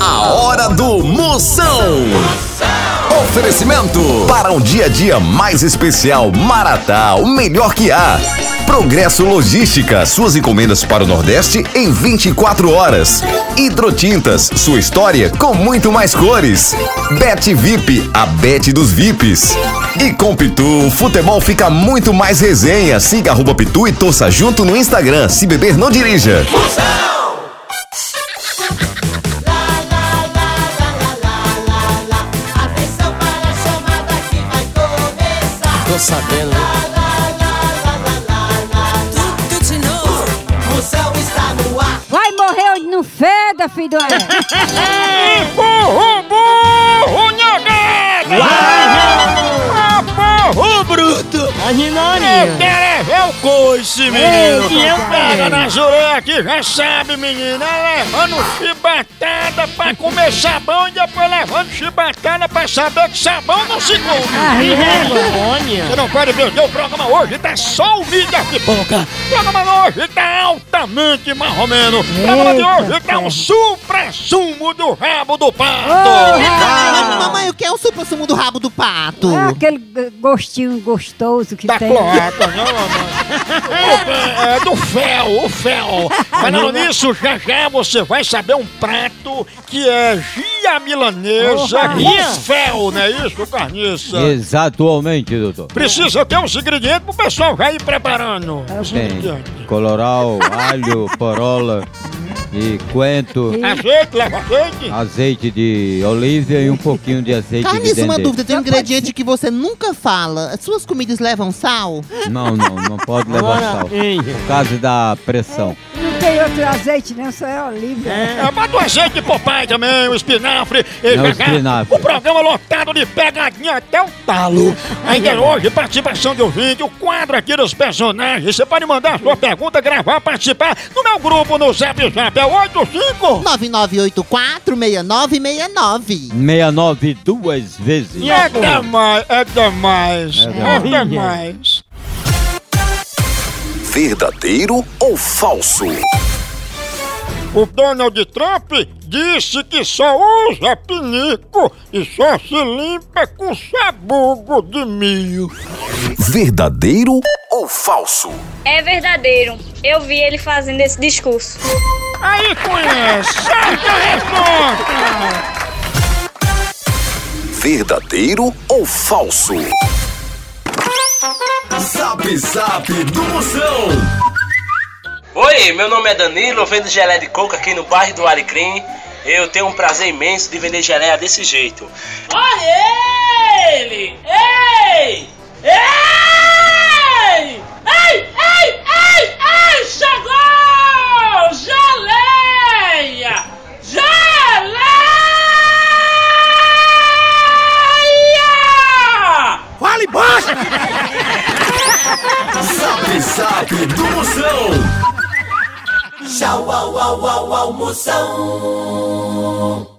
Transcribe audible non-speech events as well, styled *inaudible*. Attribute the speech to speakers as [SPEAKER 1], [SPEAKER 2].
[SPEAKER 1] A hora do Moção. Oferecimento para um dia a dia mais especial. Maratá, o melhor que há. Progresso Logística, suas encomendas para o Nordeste em 24 horas. Hidrotintas, sua história com muito mais cores. Bet VIP, a bet dos VIPs. E com Pitu, o futebol fica muito mais resenha. Siga arroba Pitu e torça junto no Instagram. Se beber, não dirija.
[SPEAKER 2] Atenção para a chamada que vai começar.
[SPEAKER 3] Tô sabendo, né?
[SPEAKER 2] Moção está no ar.
[SPEAKER 4] Vai morrer onde não feda, filho
[SPEAKER 5] *laughs*
[SPEAKER 4] do Ana.
[SPEAKER 6] Tipo Burro, burro, negado! Ah, burro bruto! Eu
[SPEAKER 3] Animaria.
[SPEAKER 6] quero é ver o coice,
[SPEAKER 3] Ei,
[SPEAKER 6] menino!
[SPEAKER 3] que eu
[SPEAKER 6] pega
[SPEAKER 3] quero.
[SPEAKER 6] na jureia aqui, já sabe, menina! Levando chibatada pra comer sabão e depois levando chibatada pra saber que sabão não se come! Você não pode perder o programa hoje, tá só o vídeo de boca! O programa de hoje tá altamente marromeno! O programa de
[SPEAKER 4] Eita,
[SPEAKER 6] hoje tá um supra-sumo do rabo do pato! Ah,
[SPEAKER 5] né, Mas, mamãe, o que é o supra sumo do rabo do pato?
[SPEAKER 4] Ah, aquele g- gostinho gostoso que
[SPEAKER 6] Da
[SPEAKER 4] tem.
[SPEAKER 6] cloaca, não, não. É do fel, o fel. Falando nisso, já já você vai saber um prato que é gia milanesa com fel, não é isso, carniça?
[SPEAKER 7] Exatamente, doutor.
[SPEAKER 6] Precisa ter os ingredientes pro pessoal já ir preparando. Os ingredientes.
[SPEAKER 7] Tem coloral, alho, porola e coentro,
[SPEAKER 6] Azeite, leva azeite.
[SPEAKER 7] azeite de oliva e um pouquinho de azeite de
[SPEAKER 5] Carniça, uma
[SPEAKER 7] dendê.
[SPEAKER 5] dúvida, tem um ingrediente que você nunca fala. As suas comidas levam sal?
[SPEAKER 7] Não, não, não pode levar sal.
[SPEAKER 3] Agora, ei,
[SPEAKER 7] Por causa da pressão.
[SPEAKER 4] Não tem outro azeite, não, só é oliva.
[SPEAKER 6] É, bota o azeite de papai também, o espinafre. E
[SPEAKER 7] Não,
[SPEAKER 6] já já,
[SPEAKER 7] espinafre.
[SPEAKER 6] O programa lotado de pegadinha até o talo. Ainda é hoje, participação de ouvinte, o quadro aqui dos personagens. Você pode mandar a sua pergunta, gravar, participar no meu grupo no Zap Zap. É 85.
[SPEAKER 5] 99846969.
[SPEAKER 7] 69 duas vezes.
[SPEAKER 6] É demais, é demais, é
[SPEAKER 7] demais.
[SPEAKER 6] demais.
[SPEAKER 1] Verdadeiro ou falso?
[SPEAKER 6] O Donald Trump disse que só usa pinico e só se limpa com sabugo de milho.
[SPEAKER 1] Verdadeiro ou falso?
[SPEAKER 8] É verdadeiro. Eu vi ele fazendo esse discurso.
[SPEAKER 6] Aí conhece, certa resposta!
[SPEAKER 1] Verdadeiro ou falso? Zap Zap do Moção.
[SPEAKER 9] Oi, meu nome é Danilo, eu vendo gelé de coco aqui no bairro do Alecrim. Eu tenho um prazer imenso de vender geleia desse jeito. Olha ele! Ei! Ei! Ei! Ei! Ei! Ei! Chegou! Geleia! Geleia!
[SPEAKER 1] Zap Zap do Moção.
[SPEAKER 2] Tchau, au, au, au, au, moção.